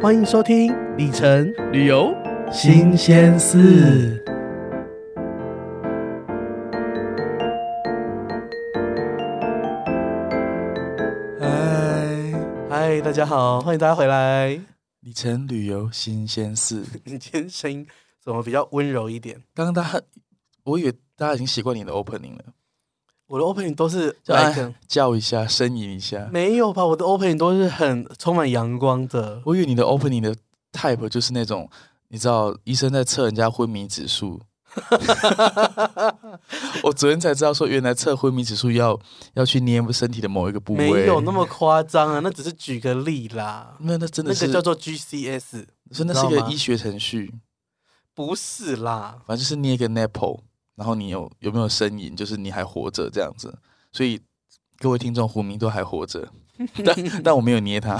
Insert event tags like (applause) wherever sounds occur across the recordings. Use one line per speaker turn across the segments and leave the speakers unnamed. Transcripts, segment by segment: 欢迎收听李晨
旅游
新鲜事。
嗨，
嗨，大家好，欢迎大家回来。
里程旅游新鲜
(laughs)
事。
你今天声音怎么比较温柔一点？
刚刚大家，我以为大家已经习惯你的 opening 了，
我的 opening 都是
就
来
哎
跟
叫一下，呻吟一下。
没有吧？我的 opening 都是很充满阳光的。
我以为你的 opening 的 type 就是那种，你知道医生在测人家昏迷
(laughs)
指数。我昨天才知道说，原来测昏迷指数要要去捏身体的某一个部位。
没有那么夸张啊，那只是举个例啦。
那那真的
那
是，
个叫做 GCS，
所以那
你知
是一
道
个
吗
医学程序。
不是啦。
反正就是捏一个 nipple，然后你有有没有呻吟，就是你还活着这样子。所以各位听众，胡明都还活着， (laughs) 但但我没有捏他。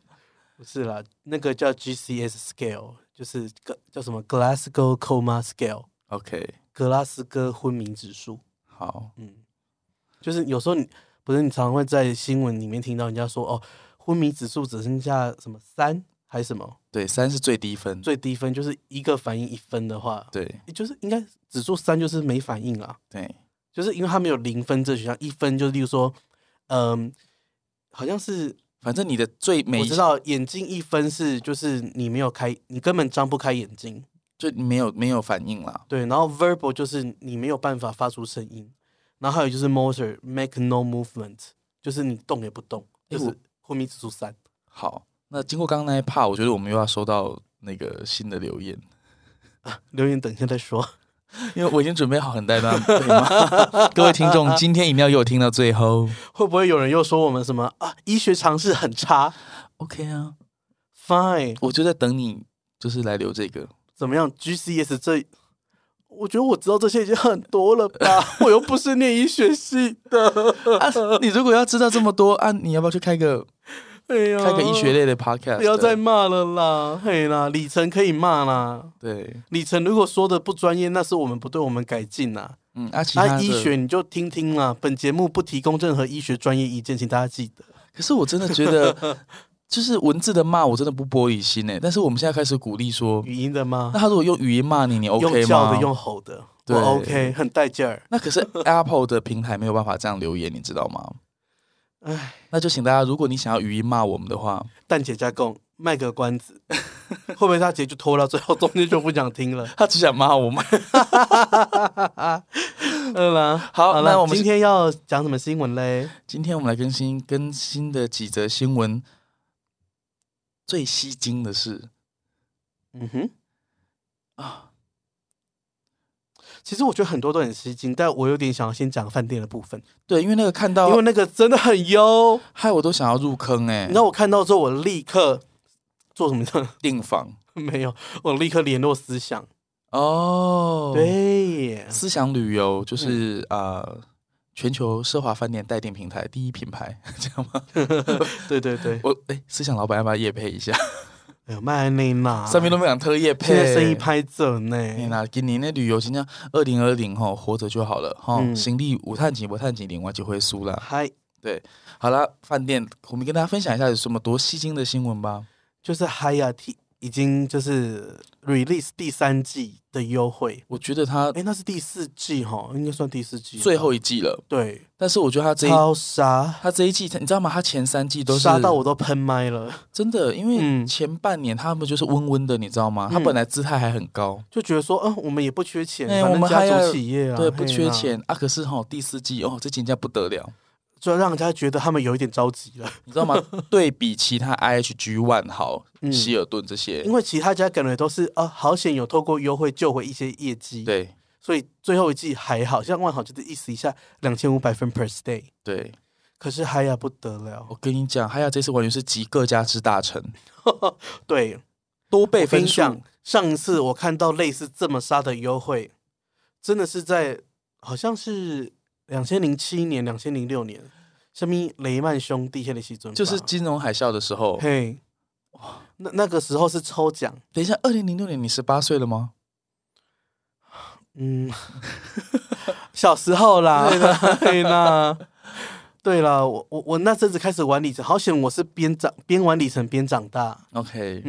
(laughs)
不是啦，那个叫 GCS scale，就是个叫什么 Glasgow Coma Scale，
OK，
格拉斯哥昏迷指数。
好，
嗯，就是有时候你不是你常常会在新闻里面听到人家说哦，昏迷指数只剩下什么三还是什么
对，三是最低分，
最低分，就是一个反应一分的话，
对
也就是应该指数三就是没反应啦，
对，
就是因为它没有零分这选项，一分就例如说，嗯，好像是
反正你的最每
我
一
知道眼睛一分是就是你没有开，你根本张不开眼睛。
就没有没有反应啦。
对，然后 verbal 就是你没有办法发出声音，然后还有就是 motor make no movement，就是你动也不动，
诶
就是
我
昏迷指数三。
好，那经过刚刚那一 part，我觉得我们又要收到那个新的留言， (laughs)
留言等一下再说。 (laughs)
因为我已经准备好很大一段被骂 (laughs) 各位听众，今天一定要给我听到
(laughs)
最后。
会不会有人又说我们什么啊？医学常识很差
OK 啊，
？Fine，
我就在等你，就是来留这个。
怎么样？GCS 这，我觉得我知道这些已经很多了吧？ (laughs) 我又不是念医学系的。
(laughs) 啊，你如果要知道这么多啊，你要不要去开个
哎呀，
开个医学，类的 podcast？
不要再骂了啦！嘿啦，李晨可以骂啦。
对，
李晨如果说的不专业，那是我们不对，我们改进啦。
嗯，啊，其他
那
的
医学，你就听听啦。本节目不提供任何医学专业意见，请大家记得。
可是我真的
(laughs)
觉得，就是文字的骂，我真的不玻璃心欸诶。但是我们现在开始鼓励说，
语音的吗
那？他如果用语音骂你，你 OK
嗯用叫
吗
的，？用吼的，我
对
OK，很带劲儿。
那可是
(laughs)
Apple 的平台没有办法这样留言，你知道吗？
唉，
那就请大家，如果你想要语音骂我们
(laughs)
的话，
蛋姐加工，卖个关
(laughs)
子，会不会他直接就拖到最后，中间就不想听了？ (laughs)
他只想骂我们。
嗯啦，
好
了
那我们
今天要讲什么新闻嘞？
今天我们来更新更新的几则新闻，最吸睛的是
嗯哼，
啊，
嗯其实我觉得很多都很吸睛，但我有点想要先讲饭店的部分，
对，因为那个看到
因为那个真的很优。
害我都想要入坑哎、
你知道我看到之后，我立刻做什么呢？ (laughs)
订房
没有，我立刻联络思想。
哦，，
对耶，
思想旅游就是
嗯
啊、呃全球奢华饭店代订平台第一品牌， (laughs) 这样吗？
对对对，
我哎、思想老板要不要夜配一下？
哎呦，麦内娜，
上面都没有讲特夜配，
现在生意拍着
哎
呢。
那今年的旅游真正二零二零吼，活着就好了吼，
嗯
行李五探几不探几，另外就会输啦。
嗨，
好啦，饭店，我们跟大家分享一下有什么多吸睛的新闻吧。
就是 Hyatt 已经就是 release 第三季的优惠，
我觉得它
哎，那是第四季哈，应该算第四季吧。
最后一季了，
对，
但是我觉得它这一
超杀，
它这一季，你知道吗？它前三季都是
杀到我都喷麦了，
真的，因
嗯
为前半年他们就是温温的，你知道吗？他
嗯
本来姿态还很高，
就觉得说，嗯，我们也不缺钱，
哎
反
我
正
们
家
还要
族企业啊，
对，不缺
嘿啦，
钱啊。可是哈、第四季哦，这评价不得了，
就让人家觉得他们有一点着急了，
你知道吗？ (laughs) 对比其他 IHG、万豪、
嗯
希尔顿这些
因，为其他家感觉都是啊，好险有透过优惠救回一些业绩，
对
所以最后一季还好，像万豪就是意思一下两千五百分 per stay，
对，
可是海雅不得了，
我跟你讲，还有这次完全是集各家之大成，
对，
多倍
分
分
享
数。
上一次我看到类似这么杀的优惠，真的是在好像是两千零七年、两千零六年，什么雷曼兄弟黑的西尊，
就是金融海啸的时候，
嘿，那那个时候是抽奖，
等一下，二零零六年你十八岁了吗？
(laughs) 嗯，小时候啦，对啦， (laughs) 对啦，我我我那阵子开始玩里程，好险我是边长边玩里程边长大。 (laughs)
OK，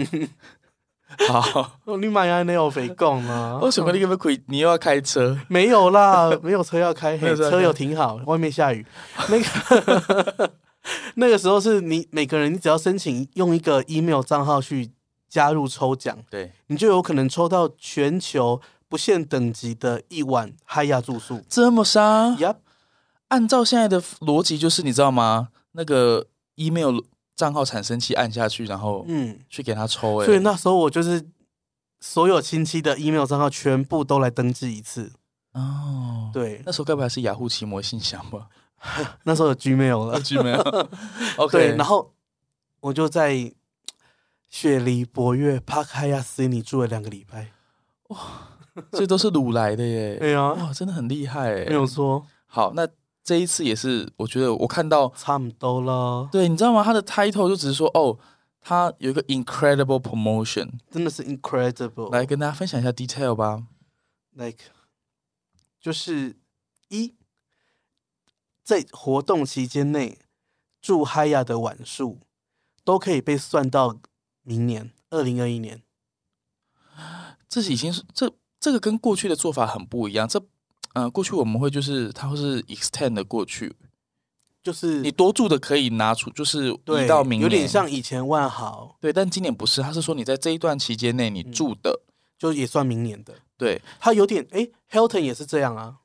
好，
哦，你妈呀，你有肥共啊？
为什么你根本可以？你又要开车？
(laughs) 没有啦， (laughs) 没有车要开，
没
嘿
有车要
车
开
有停好，外面下雨。那个 (laughs) 那个时候是你每个人，你只要申请用一个 email 账号去加入抽奖，
对，
你就有可能抽到全球不限等级的一晚嗨呀住宿。
这么杀？
呀，
按照现在的逻辑，就是你知道吗？那个 email 账号产生器按下去，然后
嗯，
去给他抽、欸，
所以那时候我就是所有亲戚的 email 账号全部都来登记一次。
哦，，
对，
那时候该不会还是雅虎奇摩信箱吧？ (laughs)
那时候有 Gmail
那
了。
句没
(laughs)
有，OK，
对，然
后
后我就在雪梨博越帕开亚斯尼住了两个礼拜。
这都是掳来的耶，
对啊，
哇，真的很厉害
没
哎。
有错，
好，那这一次也是，我觉得我看到，
差不多了，
对，你知道吗？他的 title 就只是说，哦，他有一个 incredible promotion，
真的是 incredible。
来跟大家分享一下 detail 吧。
like 就是一在活动期间内住嗨亚的晚数都可以被算到明年二零二一年。
这是已经是这这个跟过去的做法很不一样，这。呃，过去我们会就是它会是 extend 的过去，
就是
你多住的可以拿出，就是
对
移到明年，
有点像以前万豪，
对，但今年不是，他是说你在这一段期间内你住的，
就也算明年的。
对
它有点诶 h i l t o n 也是这样啊，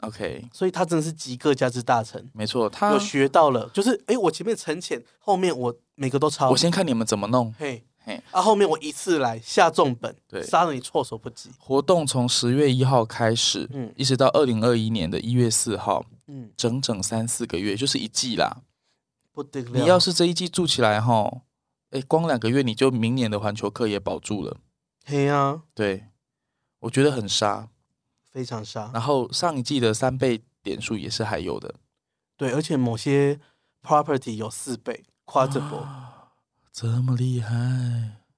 ，OK，
所以它真的是集各家之大成，
没错，他
有学到了，就是诶，我前面沉潜，后面我每个都抄，
我先看你们怎么弄。
嘿
嘿，
啊，后面我一次来下重本，
对
杀的你措手不及，
活动从十月一号开始，
嗯
一直到二零二一年的一月四号，
嗯，
整整三四个月，就是一季啦。
不得了，
你要是这一季住起来哈，哎，光两个月你就明年的环球客也保住了。
嘿啊，
对，我觉得很杀。
非常杀，
然后上一季的三倍点数也是还有的，
对，而且某些 property 有四倍
啊
quadruple，
这么厉害。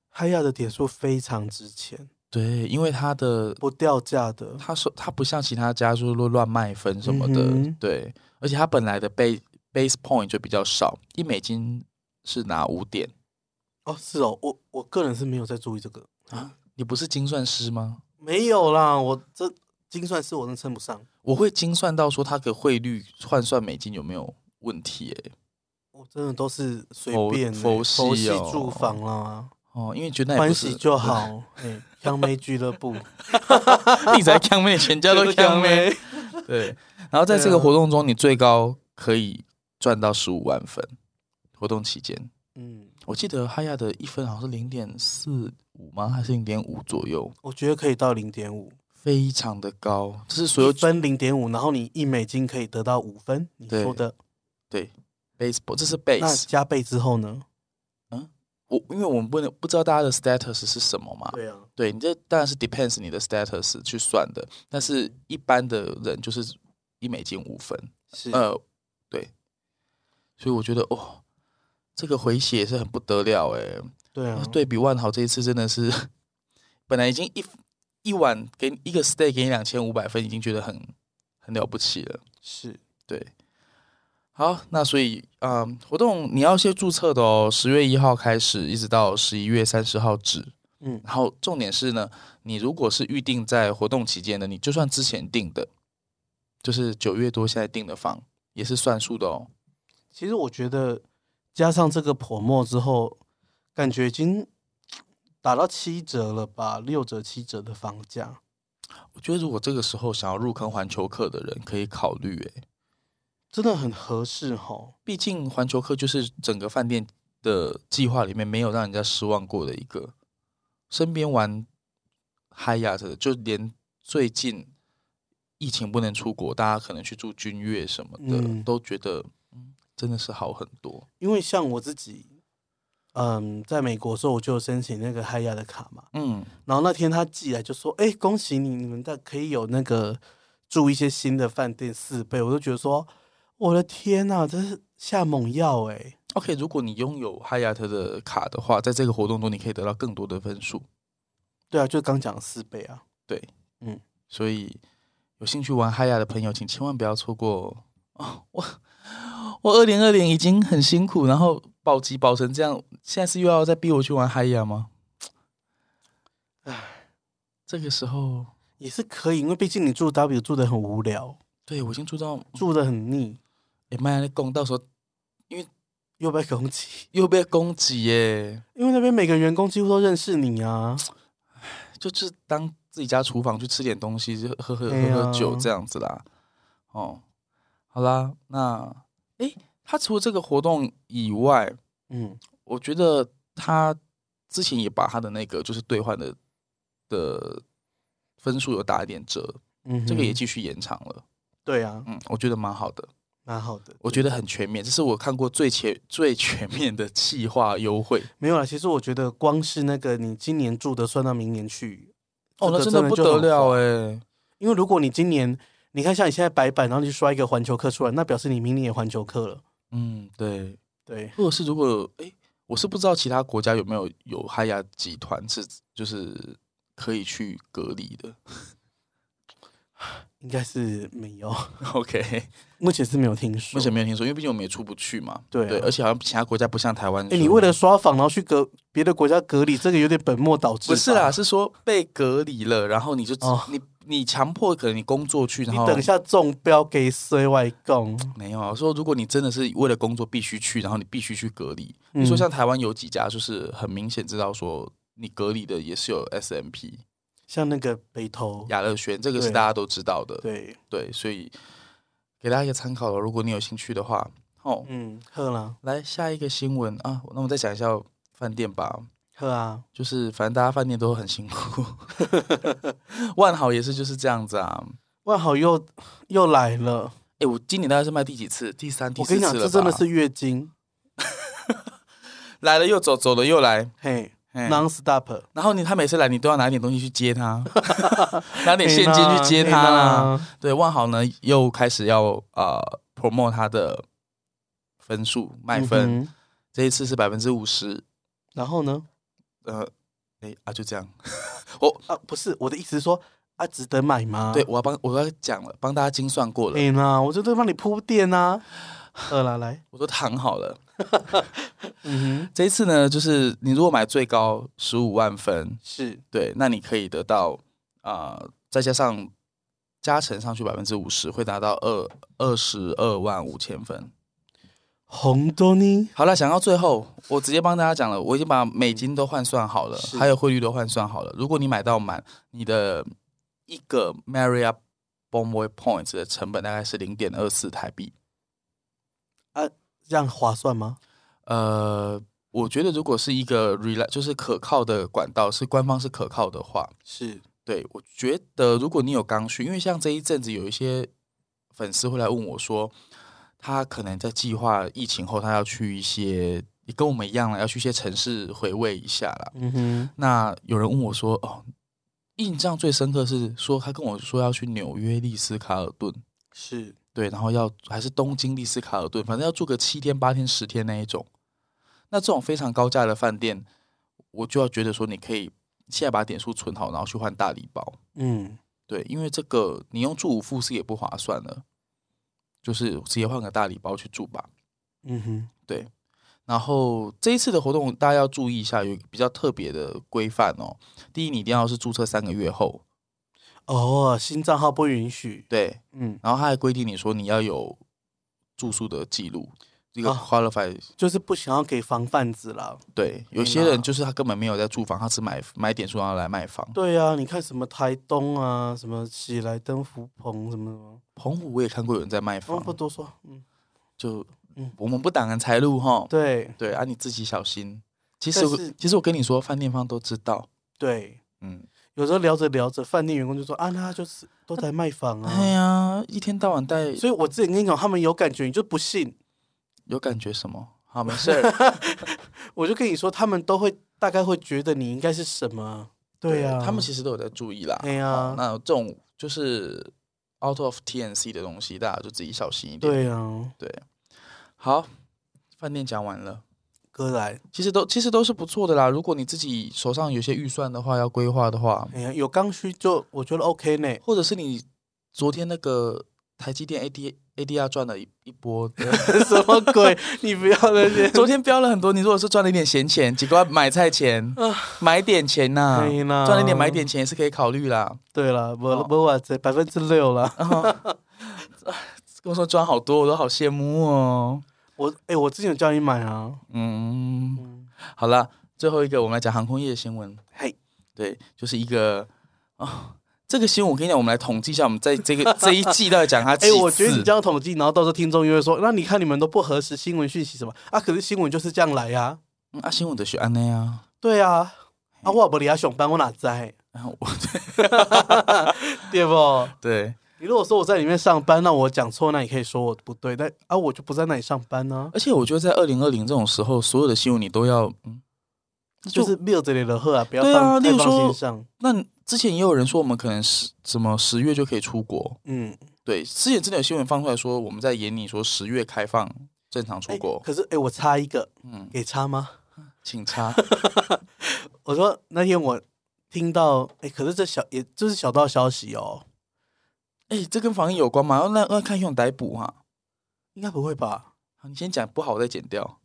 嗨亚的点数非常值钱，
对，因为它的
不掉价的，
他说他不像其他家就是乱乱卖分什么的，
嗯哼
对，而且他本来的 base base point 就比较少，一美金是拿五点。
哦，是哦，我我个人是没有在注意这个，
你不是精算师吗？
没有啦，我这精算师我真称不上，
我会精算到说它的汇率换算美金有没有问题、欸？
我真的都是随
佛
便欸
佛系
佛系
哦
住房啦，
哦，因为觉得那也
欢
不
喜
是，
就好，哎，香妹俱乐部，
(laughs) 你才强妹，全家都强妹。，对，然后在这个
对啊
活动中，你最高可以赚到十五万分。活动期间，
(laughs) 嗯，
我记得哈亚的一分好像是零点四五吗？还是零点五左右？
我觉得可以到零点五，
非常的高，这是所
一
有
分零点五，然后你一美金可以得到五分，你
对
说的，
对 baseball，这是
那
base。
加倍之后呢？
我因为我们不能不知道大家的 status 是什么嘛，
对啊，
对你这当然是 depends 你的 status 去算的，但是一般的人就是一美金五分，
是，
呃，对，所以我觉得哦，这个回血也是很不得了哎、
对啊，
对比万豪这一次真的是， (laughs) 本来已经一一晚给你一个 stay 给你两千五百分，已经觉得很很了不起了。
是，
对，好，那所以啊、嗯活动你要先注册的哦，十月一号开始，一直到十一月三十号止。
嗯
然后重点是呢，你如果是预定在活动期间的，你就算之前订的，就是九月多现在订的房，也是算数的哦。
其实我觉得加上这个泼墨之后，感觉已经打到七折了吧，六折七折的房价。
我觉得如果这个时候想要入坑环球客的人，可以考虑欸诶，
真的很合适吼，
毕竟环球客就是整个饭店的计划里面没有让人家失望过的一个。身边玩嗨呀的，就连最近疫情不能出国，大家可能去住君悦什么的，
嗯
都觉得嗯真的是好很多。
因为像我自己，嗯，在美国的时候我就有申请那个嗨亚的卡嘛，
嗯，
然后那天他寄来就说：“哎、恭喜你，你们的可以有那个住一些新的饭店四倍。”我就觉得说，我的天呐、这是下猛药哎、
OK，如果你拥有哈亚特的卡的话，在这个活动中你可以得到更多的分数，
对啊，就刚讲的四倍啊，
所以有兴趣玩哈亚的朋友，请千万不要错过哦。我我二零二零已经很辛苦，然后保级保成这样，现在是又要再逼我去玩嗨呀吗？唉，这个时候，
也是可以，因为毕竟你住 W 住的很无聊，
对我已经住到
住的很腻，
哎妈呀，攻，到时候
又被攻击，
又被攻击耶，
因为那边每个员工几乎都认识你啊。
就是当自己家厨房去吃点东西，就喝喝
哎呀
喝喝酒这样子啦。哦，好啦，那诶，他除了这个活动以外，
嗯，
我觉得他之前也把他的那个就是兑换的的分数有打一点折，
嗯哼，
这个也继续延长了。
对啊，
嗯，我觉得蛮好的，
蛮好的。
我觉得很全面，这是我看过最全最全面的企划优惠。
没有啦，其实我觉得光是那个你今年住的，算到明年去，
哦，
这
那
个
真的不
就
得
很
了
划
哎、
因为如果你今年，你看像你现在白板，然后你刷一个环球课出来，那表示你明年也环球课了。
嗯，对。
对，
或者是如果哎、我是不知道其他国家有没有有嗨呀集团是就是可以去隔离的。 (laughs)
应该是没有，
OK，
目前是没有听说
目。前没有听说，因为毕竟我们也出不去嘛。
对啊
而且好像其他国家不像台湾说。哦
哎，你为了刷房，然后去隔别的国家隔离，这个有点本末倒置。
不是啦，，是说被隔离了，然后你就、
哦
你你强迫可能你工作去，然
你
后
等一下中标给 C 外供，
没有啊。我说如果你真的是为了工作必须去，然后你必须去隔离。
嗯
你说像台湾有几家就是很明显知道说你隔离的也是有 SMP
像那个北投，
亚乐轩，这个是
对
大家都知道的。
对，
对，所以给大家一个参考了。如果你有兴趣的话，哦，
嗯，喝啦，
来下一个新闻啊，那我再讲一下饭店吧。
喝啊，
就是反正大家饭店都很
(laughs)
辛苦，万豪也是就是这样子啊。
万好又又来了，
哎，我今年大概是卖第几次？第三、第
我
四
跟你
次了
讲，
吧
这真的是月经，
来了又走，走了又来。
嘿
嘿
，non stop，
然后你他每次来，你都要拿一点东西去接他，
(laughs)
拿点现金去接他啦。
啦，
对，万豪呢又开始要呃 promote 他的分数卖分，
嗯哼
这一次是百分之五十，
然后呢？
呃，哎啊，就这样。
啊，不是我的意思是说啊，值得买吗？
对，，我要帮我要讲了，帮大家精算过了，
哎呐，我就在帮你铺垫呐。饿了来，
我都躺好了。
嗯哼，
这一次呢，就是你如果买最高十五万分，
是
对，那你可以得到啊、呃再加上加成上去百分之五十，会达到二二十二万五千分。
红豆呢？
好了，讲到最后，我直接帮大家讲了，我已经把美金都换算好了，
是
还有汇率都换算好了。如果你买到满，你的一个 Marriott Bonvoy Points 的成本大概是零点二四台币。
这样划算吗？
呃，我觉得如果是一个 rela 就是可靠的管道，是官方是可靠的话，
是，
对我觉得如果你有刚需，因为像这一阵子有一些粉丝会来问我说，他可能在计划疫情后，他要去一些跟我们一样了，要去一些城市回味一下啦。
嗯哼，
那有人问我说，哦，印象最深刻是说他跟我说要去纽约丽思卡尔顿。
是，
对，然后要还是东京丽思卡尔顿，反正要住个七天八天十天那一种。那这种非常高价的饭店，我就要觉得说，你可以现在把点数存好，然后去换大礼包。
嗯，
对，因为这个你用住五付是也不划算了，就是直接换个大礼包去住吧。
嗯哼，
然后这一次的活动，大家要注意一下，有比较特别的规范哦。第一，你一定要是注册三个月后，
哦，新账号不允许，
对，
嗯，
然后他还规定你说你要有住宿的记录，这个
啊
qualify
就是不想要给防范子啦。
对，有
天
些
哪
人就是他根本没有在住房，他是买买点数然后来卖房。
对啊，你看什么台东啊，什么喜来登福朋什么什么，
澎湖我也看过有人在卖
我
房，
不多说，嗯，
就
嗯
我们不挡人财路哈。
对
对啊，你自己小心。其实
但
我
是
其实我跟你说，饭店方都知道。
对，
嗯，
有时候聊着聊着，饭店员工就说啊，那他就是都在卖房啊，
哎呀，一天到晚带
所以我之前跟你讲，他们有感觉，你就不信。
有感觉什么？好，没事儿。
我就跟你说，他们都会大概会觉得你应该是什么。 (laughs) 啊对呀、
他们其实都有在注意啦。
对哎呀、
啊好那这种就是 out of TNC 的东西，大家就自己小心一点。
对啊呀、
对，好，饭店讲完了。
哥来，
其实都其实都是不错的啦。如果你自己手上有些预算的话，要规划的话，
哎呀，有刚需就我觉得 OK 呢。 (laughs)
或者是你昨天那个台积电 AD ADR 赚了一一波的，
(laughs) 什么鬼？你不要那
(laughs)
些
昨天飙了很多。你如果是赚了一点闲钱，几个买菜钱、
啊
买点钱呐、
可以啦
啊赚了一点买哦点钱也是可以考虑啦。
哎对了，我我我这百分之六了。
啊跟我说赚好多，我都好羡慕哦。
我哎、我之前有叫你买啊，
嗯，
嗯，
好了，最后一个我们来讲航空业的新闻。
嘿，
对，就是一个哦，这个新闻我跟你讲，我们来统计一下，我们在这个这一季到底讲它几
(laughs) 哎、
次。
我觉得你这样统计，然后到时候听众又会说，那你看你们都不核实新闻讯息什么啊？可是新闻就是这样来呀、啊，
嗯啊，新闻的是安内啊，
对啊，啊，我也不理他上班，我哪知道？
然后我
对不？
对，
你如果说我在里面上班，那我讲错，那你可以说我不对，但啊，我就不在那里上班啊呢、
而且我觉得在二零二零这种时候，所有的新闻你都要，嗯，
就是没有这里的货啊，不要
对啊
放、太
例如
放
说
心上。
那你之前也有人说我们可能十什么十月就可以出国，
嗯，
对，之前真的有新闻放出来说我们在演你说十月开放正常出
哎
国，
可是哎、我插一个，
嗯，
给插吗？
请插，
我说那天我听到，哎、可是这小也就是小道消息哦，
哎、这跟防疫有关吗？那那看用逮捕哈、
应该不会吧？
好你先讲不好，我再剪掉。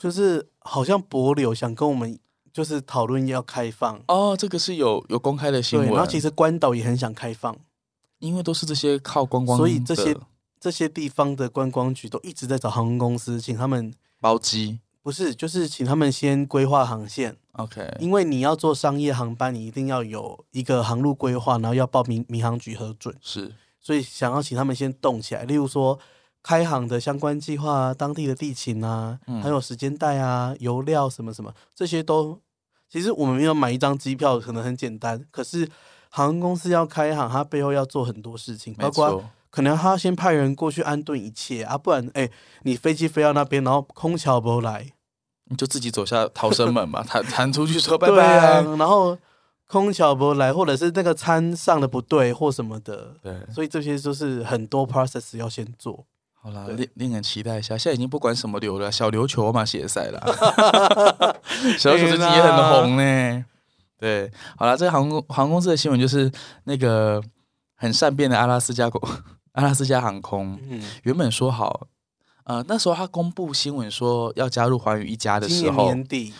就是好像博柳想跟我们就是讨论要开放，
哦，这个是有有公开的新
对，
闻，
然后其实关岛也很想开放，
因为都是这些靠观光的，
所以这些这些地方的观光局都一直在找航空公司，请他们
包机
不是就是请他们先规划航线，
，OK，
因为你要做商业航班，你一定要有一个航路规划，然后要报民民航局核准。
是
所以想要请他们先动起来，例如说开航的相关计划啊、当地的地勤啊，
嗯
还有时间带啊、油料什么什么，这些都其实我们要买一张机票可能很简单，可是航空公司要开航，它背后要做很多事情，
没
包括
错，
可能他先派人过去安顿一切啊，不然哎、你飞机飞到那边，然后空桥不来，
你就自己走下逃生门
(laughs)
吧，弹弹出去说拜
对啊
拜。，
然后空桥不来，或者是那个餐上的不对或什么的，
对，
所以这些就是很多 process 要先做。
(laughs) 好啦，
对
令令人期待一下。现在已经不管什么流了，小琉球嘛写赛啦，小琉球最近也很红呢、
啊
对，好啦，这个航空航空公司的新闻就是那个很善变的阿拉斯加公 (laughs) 阿拉斯加航空，
嗯，
原本说好，呃，那时候他公布新闻说要加入寰宇一家的
今
时
年
候，
年底，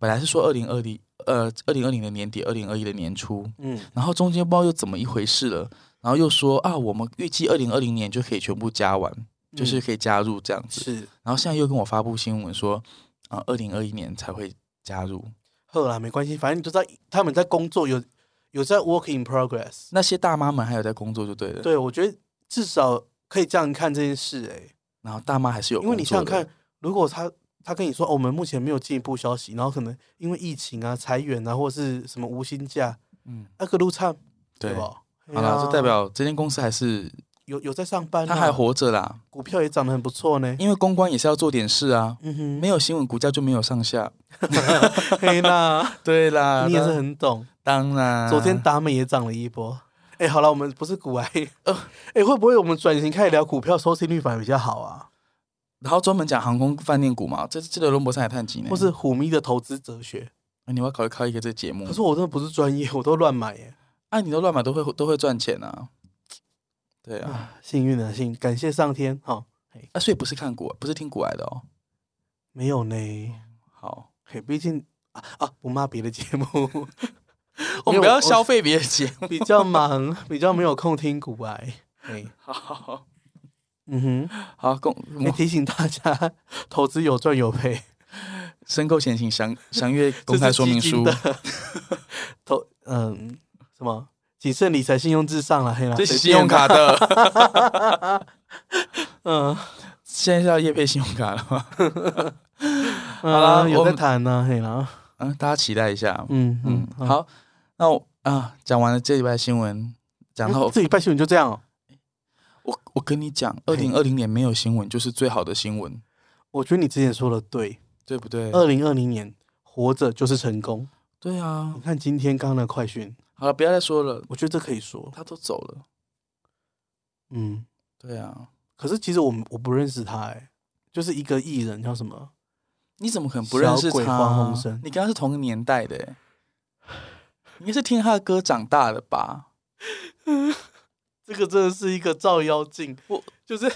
本来是说二零二零呃二零二零的年底，二零二一的年初，
嗯，
然后中间不知道又怎么一回事了，然后又说啊，我们预计二零二零年就可以全部加完，就是
嗯
可以加入这样子。
是
然后现在又跟我发布新闻说，啊、2二零二一年才会加入。
后来没关系，反正你就在他们在工作，有有在 work in progress。
那些大妈们还有在工作就对了，
对，我觉得至少可以这样看这件事、欸，
然后大妈还是有
因
工作
为
的，
你想想看，如果他他跟你说、哦我们目前没有进一步消息，然后可能因为疫情啊、裁员啊，或者是什么无薪假，
嗯，
那个路差
对，哎好
吧？
了，
就
就代表这间公司还是
有有在上班、啊，
他还，活着啦，
股票也涨得很不错呢。
因为公关也是要做点事啊，
嗯哼，
没有新闻股价就没有上下。
黑
(laughs)
啦，
啊对啊啦，
你也是
当
很懂。
当然，
昨天达美也涨了一波。哎、好了，我们不是股癌， (laughs) 呃，哎、会不会我们转型开始聊股票，收视率反而比较好啊？
然后专门讲航空饭店股嘛，这这个罗伯山海探集呢，
或是虎咪的投资哲学？
哎你要考虑开一个这个节目
可，是我真的不是专业，我 (laughs) 都乱买耶。
啊，你都乱买都会都会赚钱啊，对啊，
啊，幸运啊，幸运，感谢上天哦哈、
啊，所以不是看股，不是听股来的哦，
没有呢，
好。
嘿，毕竟啊啊，不骂别的节目，
(laughs) 我
没有
们不要消费别的节目。
比较忙，比较没有空听股癌。哎，
(laughs) 好
嗯哼，
好，公
也提醒大家，投资有赚有赔，
申购前请 (laughs) 详详阅公
这
开
是
说
基
明
金
书。啊
的投嗯什么谨慎理财，信用至上了，嘿啦，
这
随
是信
便
用
啦
卡的，
嗯，
(laughs) 现在是要业配信用卡了吗？ (laughs)
好
啦我
啊有在
们
谈呢，嘿啦，
嗯，大家期待一下。
嗯
嗯，
嗯，
好，那我啊，讲完了这礼拜的新闻，讲到
(laughs) 嗯这礼拜新闻就这样哦，
我，我跟你讲，二
嘿
零二零年没有新闻就是最好的新闻，
我觉得你之前说的对，
对不对？
二零二零年活着就是成功。
对啊
你，看今天刚刚的快讯，
好了，不要再说了，
我觉得这可以说，
他都走了。
嗯，
对啊，
可是其实我们我不认识他，哎，就是一个艺人叫什么？
你怎么可能不认识
小鬼
他？
黄鸿升
你跟他是同个年代的欸，你应该是听他的歌长大的吧？
这个真的是一个照妖镜。
我
就是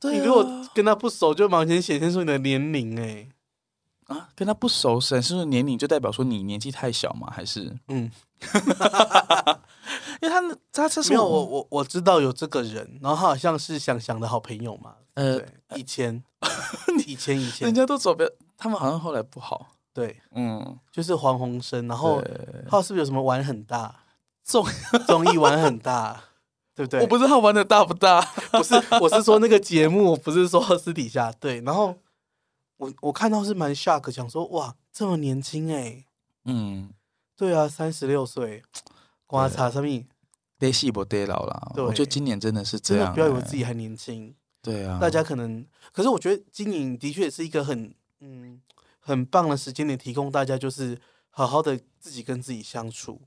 对
你
啊
如果跟他不熟，就往前显现出你的年龄、哎，
啊跟他不熟，显示年龄就代表说你年纪太小吗？还是因 (laughs)
嗯，
为他他这是
没有，我我我知道有这个人，然后他好像是想想的好朋友嘛，
呃，
对，以
(laughs)
前，以前以
人
前，
家都走不了，他们好像后来不好，
对，
嗯，
就是黄鸿升，然后
对
他是不是有什么玩很大，
重
(laughs) 综艺玩很大，对不对？
我不知道玩的大不大， (laughs)
不是，我是说那个节目，我不是说私底下。对，然后我我看到是蛮 shock，想说哇，这么年轻哎、
嗯，
对啊，三十六岁，
啊
刮擦上面，
得戏不得老啦。
对
我觉得今年真的是这
真的
样、欸，
不要以为自己还年轻。
对啊，
大家可能，可是我觉得经营的确是一个很嗯很棒的时间点，提供大家就是好好的自己跟自己相
(laughs)
处，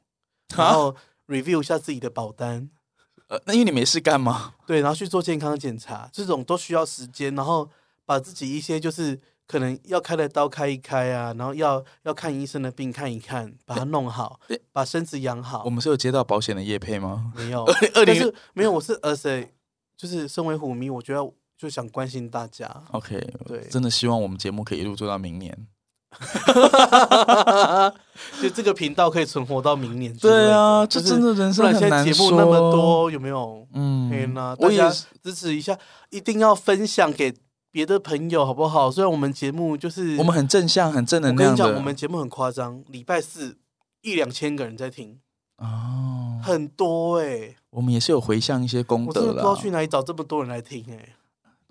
然
啊
后 review 一下自己的保单。
呃，那因为你没事干吗？
对，然后去做健康检查，这种都需要时间，然后把自己一些就是可能要开的刀开一开啊，然后要要看医生的病看一看，把它弄好
(laughs) 对，
把身子养好
我。们是有接到保险的业配吗？
没有，
(laughs) 二
但
零
是没有，我是而且就是身为虎迷，我觉得就想关心大家。
OK，
对
真的希望我们节目可以一路做到明年。
(laughs) 就这个频道可以存活到明年之类的。
对啊，
就
这
是
真的人
不
生
然
很
现在
难
节
说。
目那么，多，有没有？天
嗯
呐，，
我
大
也
家
是，
支持一下，一定要分享给别的朋友，好不好？虽然我们节目就是
我们很正向、很正能
我跟
量
你
的。
讲，我们节目很夸张，礼拜四一两千个人在听，
哦，
很多哎、
我们也是有回向一些功
我真的
德
不知
啦。
道去哪里找这么多人来听哎、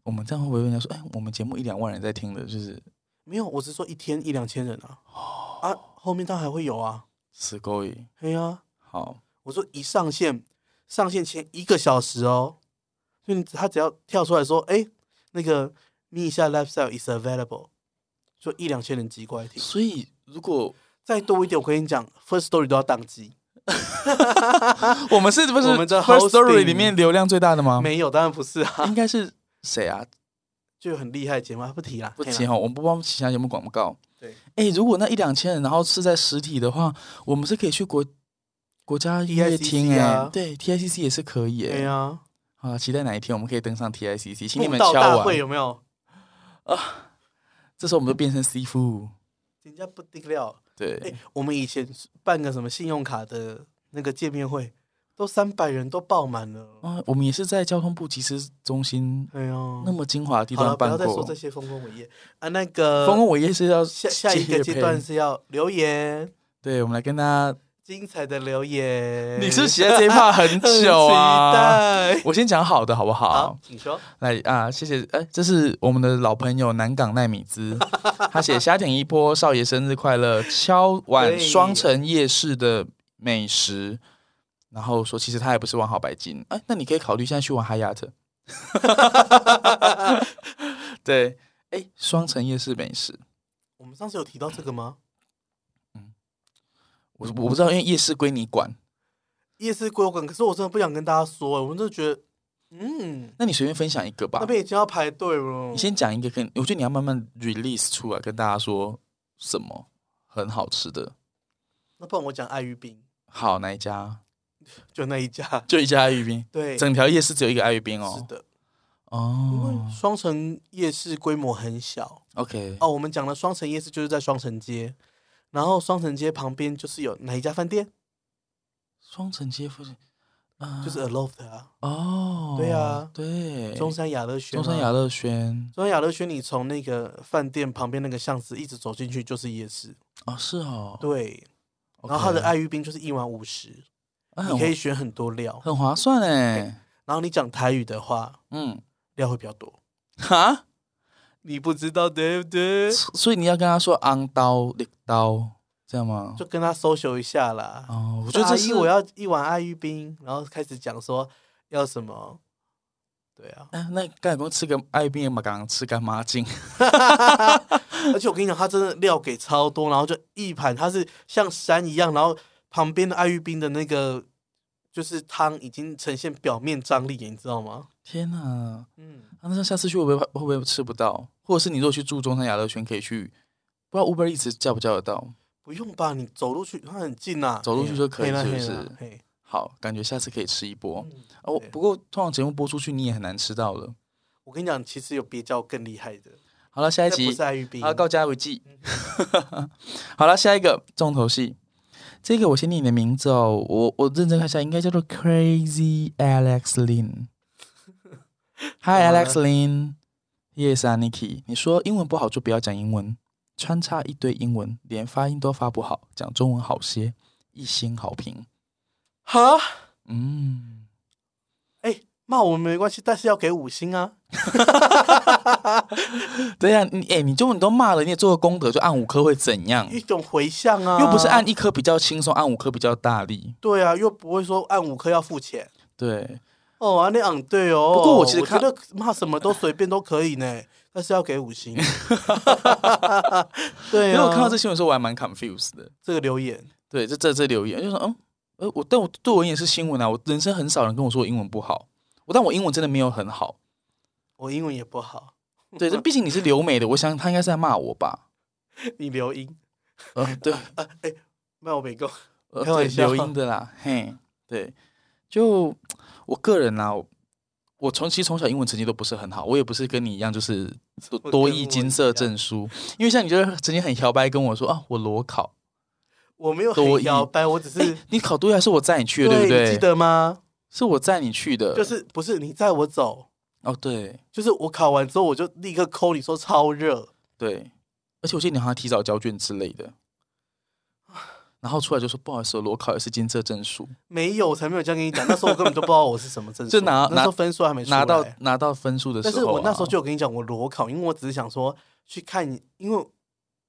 我们这样会不会被人家说，哎，我们节目一两万人在听的，就是
没有，我是说一天一两千人啊，啊，后面当然还会有啊，
死勾引？
哎呀、
好，
我说一上线，上线前一个小时哦，所以你他只要跳出来说，哎、那个咪一下 lifestyle is available，就一两千人挤过来听，
所以如果
再多一点，我跟你讲，first story 都要宕机，
我们是不是
我们的
First Story
hosting
里面流量最大的
(laughs)
吗？
没有，当然不是啊，
(laughs) 应该是谁啊？
就很厉害的节目啊，不提啦，
不哦
嘿啦
行哈，我们不帮其他节目广告。
对，
哎，如果那一两千人，然后是在实体的话，我们是可以去国国家音乐
TICC
厅哎
啊，
对，TICC 也是可以
对
哎。
啊，
好了，期待哪一天我们可以登上 TICC，请你
布
们
道
敲
大会哦
完。
有没有？
这时候我们就变成 C 夫，
人家不得了，哎、
对，
我们以前办个什么信用卡的那个见面会，都三百人都爆满了。
啊，我们也是在交通部集思中心
哎呦，
那么精华的地
好了，
段
不要
办
再说
过
这。些丰功伟业啊。那个
丰功伟业是要
下下一
接
个阶段
配，
是要留言，
对，我们来跟大
(laughs)
家
精彩的留言。
你是不是期待这一
(laughs)
趴很久啊？
很哎期待。
我先讲好的好不好？
好，请说。
来啊，谢谢。哎、这是我们的老朋友南港奈米兹， (laughs) 他写虾艇一波少爷生日快乐，敲碗
对
双城夜市的美食，然后说其实他也不是玩好白金，哎、那你可以考虑现在去玩哈亚特。对，哎、双城夜市美食，
(laughs) 我们上次有提到这个吗？
我我不知道，因为夜市归你管，
夜市归我管，可是我真的不想跟大家说、我们真的觉得，嗯，
那你随便分享一个吧。
那边已经要排队了。
你先讲一个跟，我觉得你要慢慢 release 出来，跟大家说什么很好吃的。
那不然我讲爱玉冰，
好，哪一家？
就那一家。
就一家爱玉冰，
对，
整条夜市只有一个爱玉冰哦。
是的，因
哦
为双城夜市规模很小
，OK，
哦。我们讲的双城夜市就是在双城街，然后双城街旁边就是有哪一家饭店，
双城街附近，啊
就是 Aloft 啊，
哦，
对啊
对，
中山雅乐轩、啊
中山雅。乐轩，
中山雅乐轩，你从那个饭店旁边那个巷子一直走进去就是夜市，
哦，是哦，
对。
OK，
然后它的爱玉冰就是一碗五
(laughs)
十，
啊
你可以选很多
(laughs)
料。
很划算哎，
然后你讲台语的话，
嗯，
料会比较
(laughs)
多。
哈，
你不知道对不对？
所以你要跟他说昂刀力刀，这样吗？
就跟他搜求一下啦。
哦，我
我
觉得这
一
是，
我要一碗爱玉冰，然后开始讲说要什么。对啊
哎，那干公吃个爱冰嘛，刚刚吃干妈净，
(laughs) 而且我跟你讲，他真的料给超多，然后就一盘，它是像山一样，然后旁边的爱玉冰的那个就是汤已经呈现表面张力，你知道吗？
(laughs) 天哪、啊！
嗯，
那下次去会不会会不会吃不到？或者是你如果去住中山雅乐轩，可以去，不知道 Uber 一直叫不叫得到？
不用吧，你走路去，它很近呐、啊
走路去就可以
嘿啦啊
是不
嘿啦
是
嘿
好，感觉下次可以吃一波。
嗯
哦，
对
不过通常节目播出去你也很难吃到了。
我跟你讲，其实有别教更厉害的，
好了，下
那
一
不
集
是爱玉冰，
啊，告家为记。 (laughs) 好了，下一个重头戏，这个我先念你的名字哦，我我认真看一下，应该叫做 Crazy Alex Lin。Hi
怎么了
Alex Lin，Yes Aniki，你说英文不好就不要讲英文，穿插一堆英文，连发音都发不好，讲中文好些，一星好评。
哈，
嗯，
哎、骂我们没关系，但是要给五星啊。
对呀、你哎、你中文都骂了，你也做个功德，就按五颗会怎样？
一种回向啊，
嗯又不是按一颗比较轻松，按五颗比较大力。
对啊，又不会说按五颗要付钱
对，
哦，啊，那昂对哦。
不过我其实看
觉得骂什么都随便都可以
(laughs)
呢，但是要给五星。对
因为
啊，
我看到这新闻的时候，我还蛮 confused 的。
这个留言，
对，这这这留言就说，嗯，呃，我但我对我也是新闻啊，我人生很少人跟我说我英文不好，我但我英文真的没有很好。
我英文也不好，(laughs)
对，这毕竟你是留美的，我想他应该是在骂我吧？
你留英， (laughs)
呃，对，
骂我没够。
呃
开玩
对，
笑
留英的啦，嘿，对，就我个人啊，我我从其实从小英文成绩都不是很好，我也不是跟你一样就是多
跟
多
我
一
一
金
样
色证书，因为像你就是曾经很摇摆跟我说啊，我裸考，
我没有
多
很
义
摇摆，我只是
哎，你考多还是我载你去的，不
你
(laughs) 对？呃
记得吗？
是我载你去的，
就是不是你载我走，
哦，对
就是我考完之后我就立刻扣你说超热，
对，而且我记得你好像提早交卷之类的，
啊
然后出来就说不好意思，我裸考也是金色证书，
没有，我才没有这样跟你讲。那时候我根本就不知道我是什么证书，
就拿
那时
拿
候分数还没出
拿到
来
拿到分数的时
但
候啊、
是我那时候就有跟你讲，我裸考，因为我只是想说去看你，因为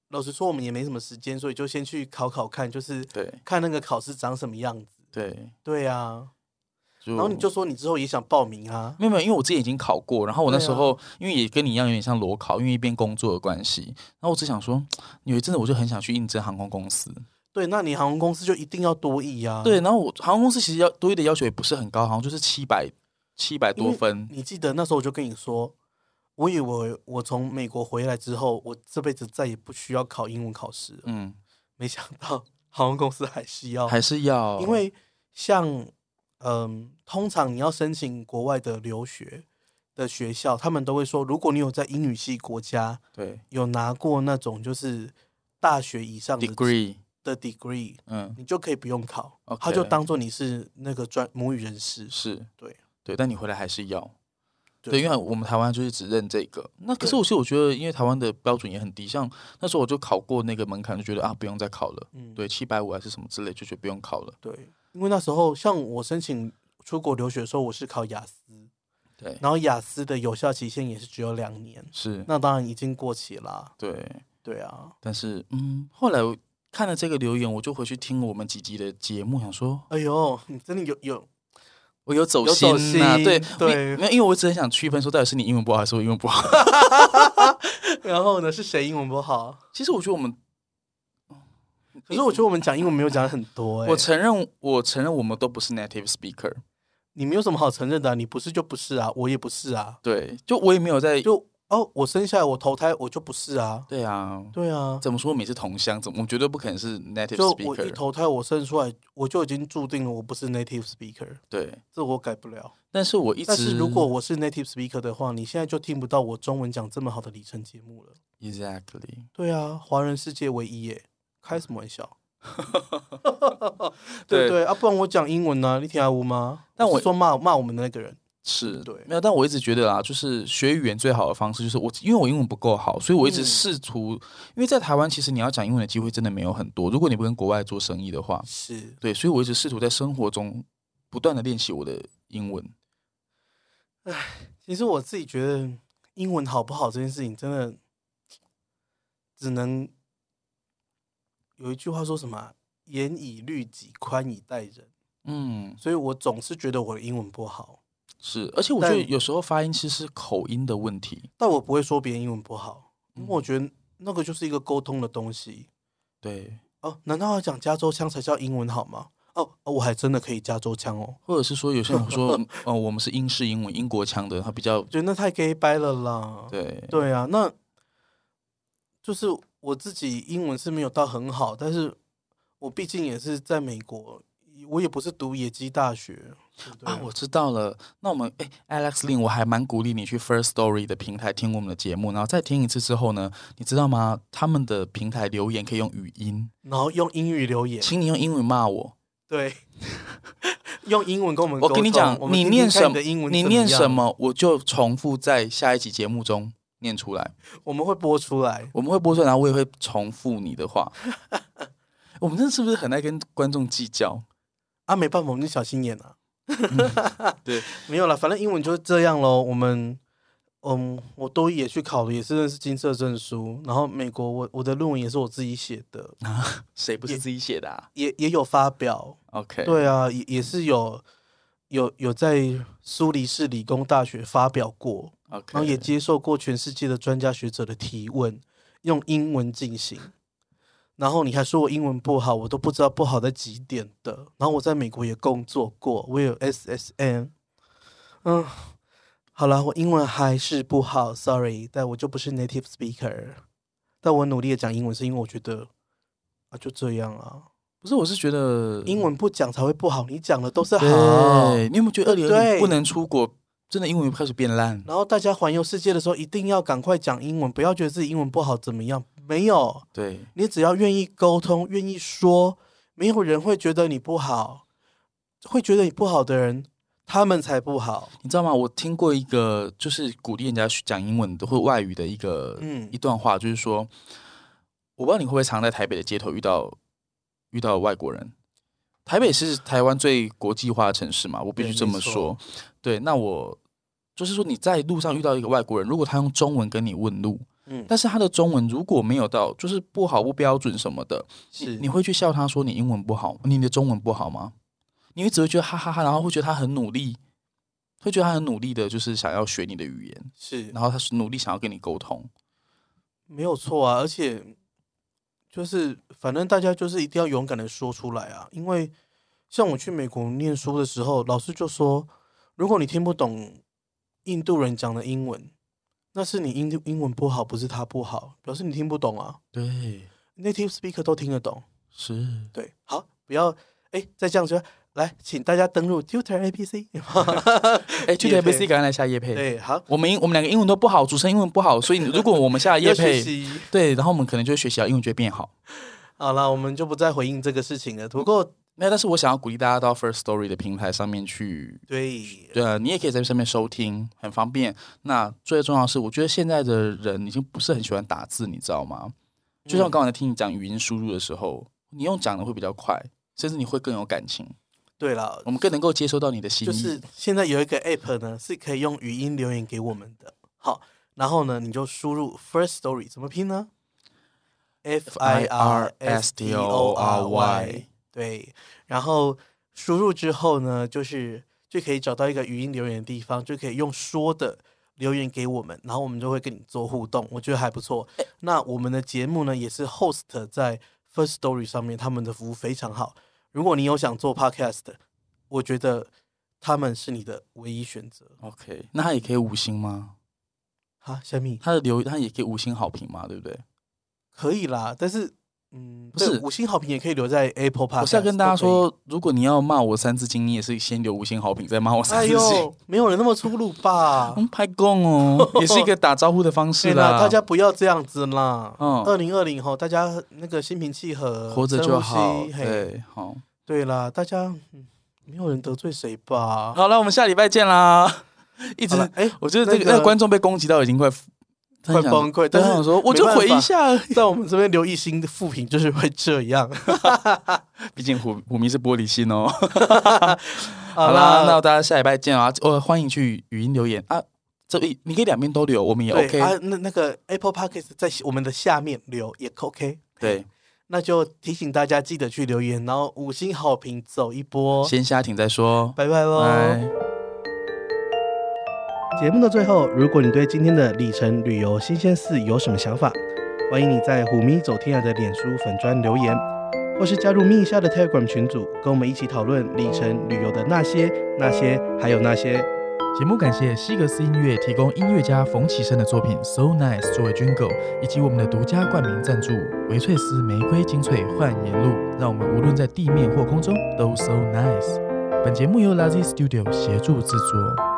老实说我们也没什么时间，所以就先去考考看，就是
对
看那个考试长什么样子。
对，
对啊，
就
然后你
嗯
就说你之后也想报名啊，
没有没有，因为我之前已经考过，然后我那
对啊
时候、因为也跟你一样有点像裸考，因为一边工作的关系，然后我只想说有一阵子我就很想去应征航空公司，
对，那你航空公司就一定要多艺啊。
对，，然后我航空公司其实要多一的要求也不是很高，好像就是七百七百
因
多
为
分，
你记得那时候我就跟你说，我以为我从美国回来之后，我这辈子再也不需要考英文考试了，
嗯，
没想到航空公司还是要，
还是要
哦因为像嗯、通常你要申请国外的留学的学校，他们都会说，如果你有在英语系国家
对
有拿过那种就是大学以上的
degree，
的 degree，
嗯，
你就可以不用考他就
OK
当做你是那个专母语人士。
是
对
对，但你回来还是要。
对
对，因为我们台湾就是只认这个。那可是
对
我其实我觉得，因为台湾的标准也很低，像那时候我就考过那个门槛，就觉得啊，不用再考了。
嗯，
对，七百五还是什么之类，就觉得不用考了。
对，因为那时候像我申请出国留学的时候，我是考雅思，
对，
然后雅思的有效期限也是只有两年，
是，
那当然已经过期啦。
对。
对啊，
但是，嗯，后来我看了这个留言，我就回去听了我们几集的节目，想说
哎呦，你真的有有 (laughs)
我有走
有
心
走
呐、
心
对
对
没有，因为我只很想区分说到底是你英文不好还是我英文不好。 (laughs)
然后呢？是谁英文不好？
其实我觉得我们，
可是我觉得我们讲英文没有讲很多哎、
我承认，我承认我们都不是 native speaker。
你没有什么好承认的啊、你不是就不是啊，我也不是啊，
对，就我也没有在，
就哦，我生下来我投胎我就不是啊，
对啊，
对啊，
怎么说？我们也是同乡，怎么我绝对不可能是 native
就我一
speaker。
投胎我生出来我就已经注定了我不是 native speaker，
对，
这我改不了。
但是我一直，
但是如果我是 native speaker 的话，你现在就听不到我中文讲这么好的里程节目了。
exactly，
对啊，华人世界唯一耶，开什么玩笑？ (laughs) 对
(laughs) 对
不对啊，不然我讲英文呢、你听得无吗？
但我
是说骂骂我们的那个人，
是
对
没有，但我一直觉得啊，就是学语言最好的方式就是我，因为我英文不够好，所以我一直
嗯
试图，因为在台湾其实你要讲英文的机会真的没有很多，如果你不跟国外做生意的话，
是
对，所以我一直试图在生活中不断的练习我的英文。
其实我自己觉得英文好不好这件事情，真的只能有一句话说什么啊“严以律己，宽以待人
嗯”，，
所以我总是觉得我的英文不好，
是，而且我觉得
但
有时候发音其实是口音的问题。
但我不会说别人英文不好，因为
嗯
我觉得那个就是一个沟通的东西。
对，
哦，难道要讲加州腔才叫英文好吗？哦，哦我还真的可以加州腔哦，
或者是说有些
(laughs)
人说，嗯哦，我们是英式英文，英国腔的，他比较
觉得那太 gay 掰了啦。
对
对啊，那就是我自己英文是没有到很好，但是我毕竟也是在美国，我也不是读野鸡大学对不对
啊，我知道了。那我们哎，Alex Lin，我还蛮鼓励你去 First Story 的平台听我们的节目，然后再听一次之后呢，你知道吗？他们的平台留言可以用语音，
然后用英语留言，
请你用英语骂我。
对， (laughs) 用英文跟我们沟
我
通。
跟你讲
我，们听听
念
看
什
你
么，
的英文
你
怎么
念什
样？
么，我就重复在下一期节目中念出来。
我们会播出来。
我们会播出来，然后我也会重复你的话。 (laughs) 我们这是不是很爱跟观众计较？
啊，没办法，我们就小心眼啊。
对，
没有了，反正英文就是这样喽。我们，嗯，我多一也去考了，也是认识金色证书。然后美国我我的论文也是我自己写的，
谁不是自己写的啊
也也有发表。
？OK，
对啊，也也是有有有在苏黎世理工大学发表过，
，OK，
然后也接受过全世界的专家学者的提问，用英文进行。然后你还说我英文不好，我都不知道不好在几点的。然后我在美国也工作过，我有 SSN。嗯，好了，我英文还是不好，sorry，但我就不是 native speaker。但我努力的讲英文，是因为我觉得啊，就这样啊，
不是，我是觉得
英文不讲才会不好，你讲的都是好。
对，你有没有觉得二零二
对
零不能出国，真的英文开始变烂？
然后大家环游世界的时候，一定要赶快讲英文，不要觉得自己英文不好怎么样。没有，
对，
你只要愿意沟通，愿意说，没有人会觉得你不好。会觉得你不好的人，他们才不好。
你知道吗？我听过一个就是鼓励人家去讲英文的或外语的一个、
嗯
一段话，就是说，我不知道你会不会常在台北的街头遇到遇到外国人。台北是台湾最国际化的城市嘛，我必须
对
这么
没错
说。对，那我就是说你在路上遇到一个外国人，如果他用中文跟你问路，
嗯，
但是他的中文如果没有到，就是不好不标准什么的，
是
你会去笑他说你英文不好，你的中文不好吗？你会只会觉得哈哈哈，然后会觉得他很努力，会觉得他很努力的，就是想要学你的语言，
是
然后他是努力想要跟你沟通。
没有错啊。而且就是，反正大家就是一定要勇敢的说出来啊。因为像我去美国念书的时候，老师就说，如果你听不懂印度人讲的英文，那是你英英文不好，不是他不好，表示你听不懂啊。
对，
native speaker 都听得懂。
是
对，好，不要哎，再这样说，来，请大家登录 Tutor APC。
哎，去
业配
ABC 赶快来下叶
(laughs)
配。
对，好，
我们英我们两个英文都不好，主持人英文不好，所以如果我们下
(laughs)
叶
要学
配，
习。
对，然后我们可能就会学习到英文就会变好。
好了，我们就不再回应这个事情了。不过，
那但是我想要鼓励大家到 First Story 的平台上面去
对，
呃，你也可以在上面收听，很方便。那最重要的是，我觉得现在的人已经不是很喜欢打字，你知道吗？就
嗯
像我刚才听你讲语音输入的时候，你用讲的会比较快，甚至你会更有感情，
对了
我，们更能够接收到你的心意。
就是现在有一个 app 呢，是可以用语音留言给我们的。好，然后呢，你就输入 first story 怎么拼呢？F I R S T O R Y。对，然后输入之后呢，就是就可以找到一个语音留言的地方，就可以用说的留言给我们，然后我们就会跟你做互动，我觉得还不错。那我们的节目呢，也是 host 在 First Story 上面，他们的服务非常好。如果你有想做 podcast，我觉得他们是你的唯一选择。
OK，那它也可以五星吗？
哈，小米
它的留它也可以五星好评嘛，对不对？
可以啦，但是嗯，
不
对
是
五星好评也可以留在 Apple Podcast。
我是要跟大家，说，如果你要骂我三字经，你也是先留五星好评，再骂我
哎
三字经。
呦，没有人那么粗鲁吧
我？们拍供哦，也 (laughs) 是一个打招呼的方
(laughs)
式
对
啦。
啦，哎大家不要这样子啦。
嗯
二零二零吼，大家大家那个心平气和，
活着
深
就
呼吸
好，
嘿
对，好。
对啦，大家嗯，没有人得罪谁吧？
好了，我们下礼拜见啦！ (laughs) 一直
好，了，哎，
我觉得这个呃
那个
那个观众被攻击到已经快快
快崩溃但
但是
是
想说我就回一下 (laughs) 而已，
在我们这边刘一星的复评就是会这样。
毕竟虎虎迷是玻璃心哦。
好
(laughs) 好啦，那
那
大家下礼拜见啊！呃，欢迎去语音留言啊，这里你可以两边都留，我们也
对
OK。
啊，那那个 Apple Podcast 在我们的下面留也 OK。
对，
那就提醒大家记得去留言，然后五星好评走一波，
先下停再说，
拜拜喽。
拜。
节目的最后，如果你对今天的里程旅游新鲜事有什么想法，欢迎你在虎咪走天涯的脸书粉砖留言，或是加入咪一下的 Telegram 群组，跟我们一起讨论里程旅游的那些、那些还有那些。
节目感谢西格斯音乐提供音乐家冯启生的作品《So Nice》作为 Jingle，以及我们的独家冠名赞助维翠斯玫瑰精粹焕颜露，让我们无论在地面或空中都 So Nice。本节目由 Lazy Studio 协助制作。